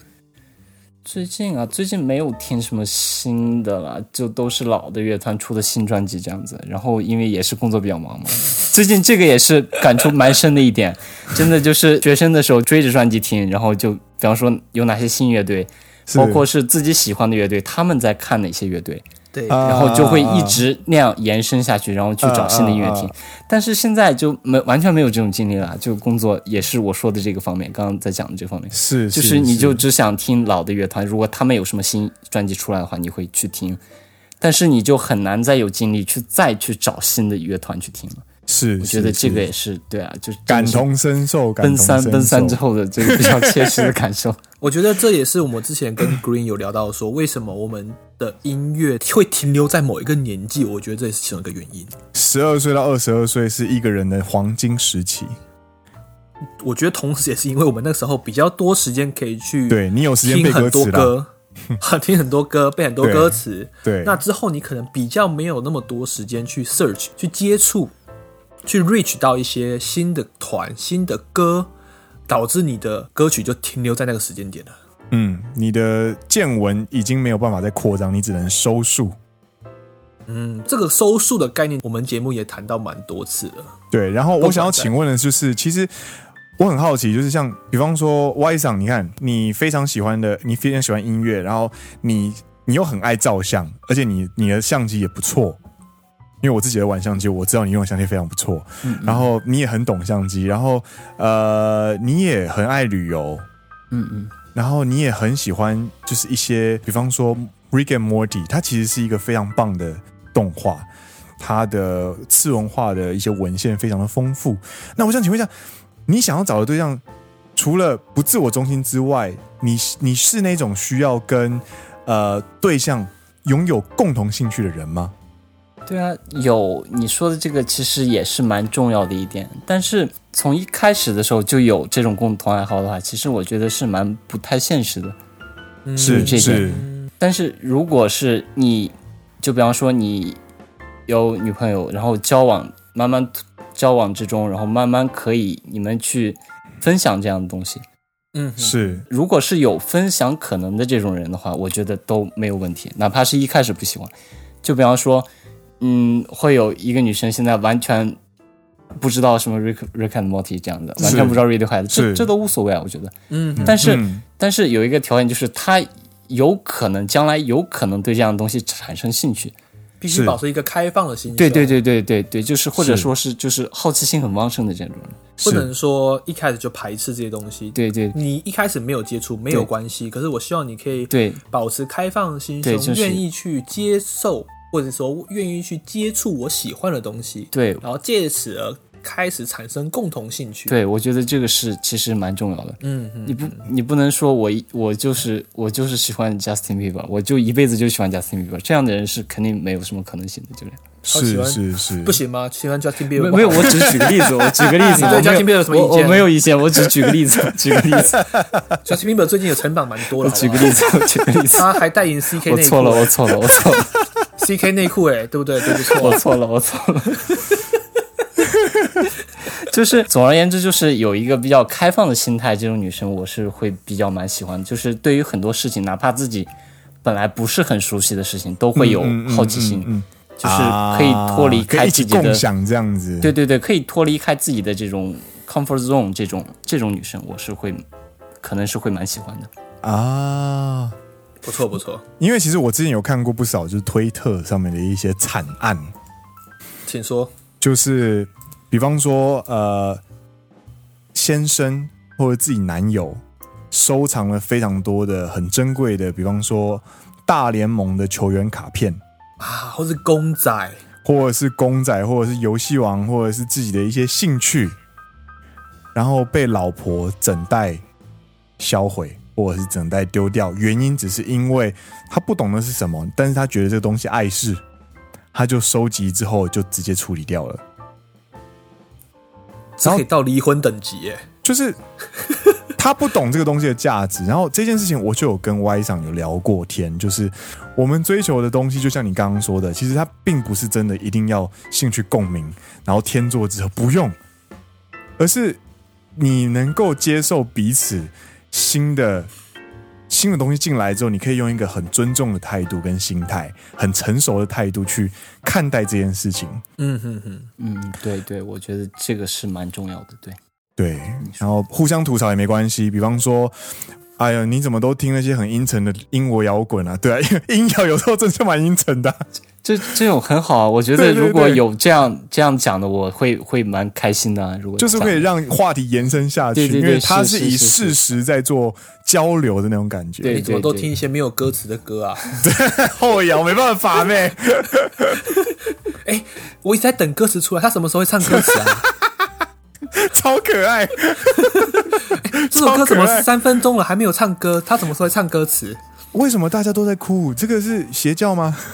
最近啊，最近没有听什么新的啦，就都是老的乐团出的新专辑这样子。然后因为也是工作比较忙嘛， 最近这个也是感触蛮深的一点， 真的就是学生的时候追着专辑听，然后就比方说有哪些新乐队，是包括是自己喜欢的乐队，他们在看哪些乐队，对，啊然后就会一直那样延伸下去，然后去找新的音乐听啊啊。但是现在就没完全没有这种经历了，就工作也是我说的这个方面，刚刚在讲的这方面。是就是你就只想听老的乐团，如果他们有什么新专辑出来的话，你会去听，但是你就很难再有精力去再去找新的乐团去听了。是，我觉是得这是个也是对啊，就是感真的是同身受，感奔同三身奔三之受后的这个比较切实的感受。 我觉得这也是我们之前跟 Green 有聊到说，为什么我们的音乐会停留在某一个年纪，我觉得这也是其中一个原因。十二岁到二十二岁是一个人的黄金时期，我觉得同时也是因为我们那时候比较多时间可以去对你有时间听背很歌多词了， 歌，听很多歌，背很多对歌词。对，那之后你可能比较没有那么多时间去 search 去接触，去 reach 到一些新的团、新的歌，导致你的歌曲就停留在那个时间点了。嗯，你的见闻已经没有办法再扩张，你只能收束。嗯，这个收束的概念，我们节目也谈到蛮多次了。对，然后我想要都存在请问的就是，其实我很好奇，就是像比方说 Y 上，你看你非常喜欢的，你非常喜欢音乐，然后你你又很爱照相，而且你你的相机也不错。因为我自己的玩相机，我知道你用的相机非常不错，嗯然后你也很懂相机，然后呃，你也很爱旅游，嗯嗯，然后你也很喜欢，就是一些，比方说《Rick and Morty》，它其实是一个非常棒的动画，它的次文化的一些文献非常的丰富。那我想请问一下，你想要找的对象，除了不自我中心之外，你你是那种需要跟呃对象拥有共同兴趣的人吗？对啊，有你说的这个其实也是蛮重要的一点，但是从一开始的时候就有这种共同爱好的话，其实我觉得是蛮不太现实的。嗯、是这个是，但是如果是你，就比方说你有女朋友，然后交往，慢慢交往之中，然后慢慢可以你们去分享这样的东西。嗯，是如果是有分享可能的这种人的话，我觉得都没有问题，哪怕是一开始不喜欢。就比方说，嗯，会有一个女生现在完全不知道什么 Rick Rick and Morty 这样的，完全不知道 Radiohead，这是这都无所谓啊，我觉得。嗯，但是、嗯但是有一个条件，就是他有可能将来有可能对这样的东西产生兴趣。必是须保持一个开放的心胸。啊对对，对对对对，就是或者是说是就是好奇心很旺盛的这种人。不是能说一开始就排斥这些东西。对对你一开始没有接触没有关系，可是我希望你可以对保持开放的心对胸，就是愿意去接受，或者说愿意去接触我喜欢的东西，对然后借此而开始产生共同兴趣。，对，我觉得这个是其实蛮重要的。嗯嗯，你不你不能说我一我就是我就是喜欢 Justin Bieber，我就一辈子就喜欢 Justin Bieber，这样的人是肯定没有什么可能性的，就这样。好喜是欢是是，不行吗？喜欢 Justin Bieber 没不好没有，我只举个例子，我举个例子，你我对没有 Justin Bieber 有什么意见我我没有意见，我只举个例子，举个例 子， Justin Bieber 最近有成长蛮多我的，举好不个好例子，我举个例子。他还代言 CK 我内错了，裤我错了，我错了， ，CK 内裤哎，对不对？对不我错，错了，我错了。 就是总而言之，就是有一个比较开放的心态，这种女生我是会比较蛮喜欢的。就是对于很多事情，哪怕自己本来不是很熟悉的事情，都会有嗯嗯好奇心，嗯嗯嗯就是可啊以脱离啊可开以一自起己的，共享这样子，对对对，可以脱离开自己的这种 comfort zone 这种这种女生，我是会可能是会蛮喜欢的。啊。不错不错，因为其实我之前有看过不少，就是推特上面的一些惨案，请说。就是比方说呃，先生或者自己男友收藏了非常多的很珍贵的，比方说大联盟的球员卡片，啊，或是公仔，或者是公仔，或者是游戏王，或者是自己的一些兴趣，然后被老婆整袋销毁，或者是整袋丢掉。原因只是因为他不懂的是什么，但是他觉得这个东西碍事，他就收集之后就直接处理掉了。这可以到离婚等级哎耶。就是 他不懂这个东西的价值。然后这件事情我就有跟 Y 上有聊过天，就是我们追求的东西，就像你刚刚说的，其实它并不是真的一定要兴趣共鸣，然后天作之合不用，而是你能够接受彼此新的。新的东西进来之后，你可以用一个很尊重的态度跟心态，很成熟的态度去看待这件事情。嗯哼哼，嗯，对对，我觉得这个是蛮重要的。对，对，然后互相吐槽也没关系。比方说，哎呀，你怎么都听那些很阴沉的英国摇滚啊？ 对啊，因为音摇有时候真的蛮阴沉的啊、这这种很好啊，我觉对得对对如果有这样这样讲的，我会会蛮开心的啊。如果就是这可以样让话题延伸下去，对对因对为它是是以是是事实在做交流的那种感觉。对你怎么都对听一些没有歌词的歌啊？ 后摇没办法妹，我一直在等歌词出来，他什么时候会唱歌词啊？ 超可爱。这首歌怎么超可爱三分钟了还没有唱歌？他什么时候会唱歌词？为什么大家都在哭？这个是邪教吗？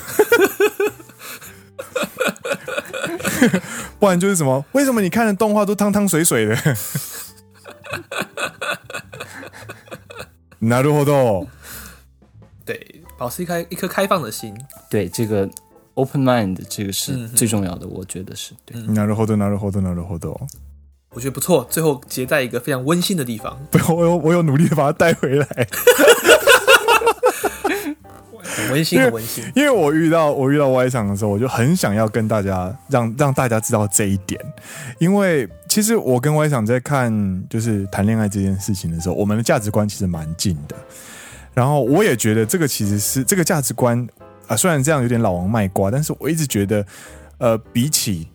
不然就是什么？为什么你看的动画都汤汤水水的？ なるほど。对，保持一开一颗开放的心。对这个 open mind 这个嗯是最重要的，我觉得是对。なるほど，なるほど，なるほど。我觉得不错，最后结在一个非常温馨的地方。不，我有我有努力的把它带回来，很温馨，很温馨。因为我遇到我遇到歪场的时候，我就很想要跟大家让让大家知道这一点，因为其实我跟歪场在看就是谈恋爱这件事情的时候，我们的价值观其实蛮近的。然后我也觉得这个其实是这个价值观啊、虽然这样有点老王卖瓜，但是我一直觉得，呃，比起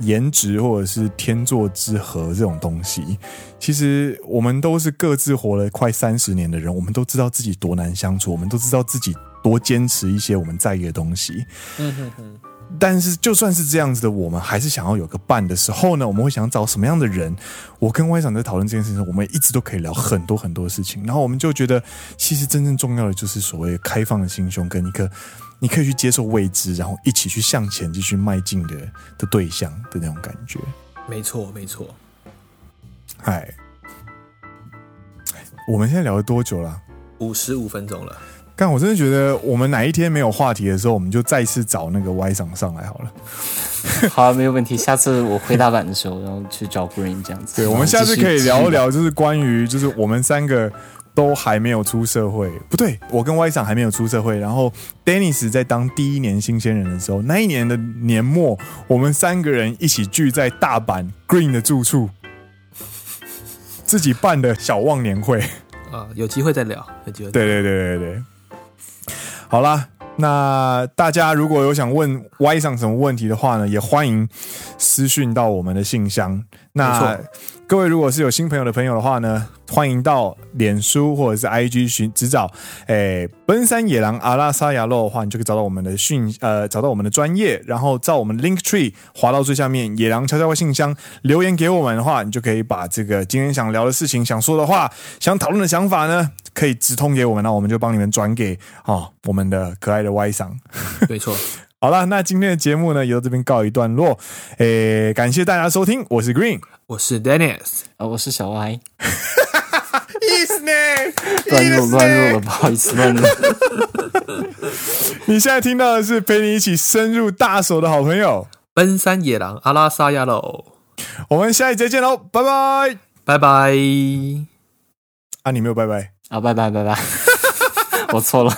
颜值或者是天作之合这种东西，其实我们都是各自活了快三十年的人，我们都知道自己多难相处，我们都知道自己多坚持一些我们在意的东西。嗯哼哼，但是就算是这样子的，我们还是想要有个伴的时候呢，我们会想找什么样的人？我跟外长在讨论这件事情的时候，我们一直都可以聊很多很多事情，然后我们就觉得，其实真正重要的就是所谓开放的心胸跟一个你可以去接受未知，然后一起去向前继续迈进的的对象的那种感觉。没错，没错。嗨，我们现在聊了多久了？五十五分钟了，但我真的觉得，我们哪一天没有话题的时候，我们就再次找那个 Y 长上来好了。好啊，没有问题。下次我回答版的时候，然后去找 Green 这样子。对，我们下次可以聊一聊，就是关于就是我们三个都还没有出社会，不对，我跟 Y 厂还没有出社会，然后 Dennis 在当第一年新鲜人的时候，那一年的年末，我们三个人一起聚在大阪 Green 的住处， 自己办的小忘年会。啊，有机会再聊，有机会再对对对对对。好啦，那大家如果有想问 Y 上什么问题的话呢，也欢迎私讯到我们的信箱。那没各位如果是有新朋友的朋友的话呢，欢迎到脸书或者是 IG 寻只找诶奔山野狼阿拉萨亚洛的话，你就可以找到我们的讯呃找到我们的专业，然后照我们的 Link Tree 滑到最下面野狼悄悄话信箱留言给我们的话，你就可以把这个今天想聊的事情、想说的话、想讨论的想法呢，可以直通给我们，那我们就帮你们转给哦我们的可爱的 Y 上。聊。没错，好啦，那今天的节目呢，也到这边告一段落。诶，感谢大家收听，我是 Green，我是 Dennis，啊，我是小 Y，意思呢？ 乱入乱入了，不好意思，乱入。你现在听到的是陪你一起深入大手的好朋友，奔山野狼阿拉萨亚喽，我们下一节见喽，拜拜。拜拜。啊，你没有拜拜。啊， 拜拜拜拜，我错了。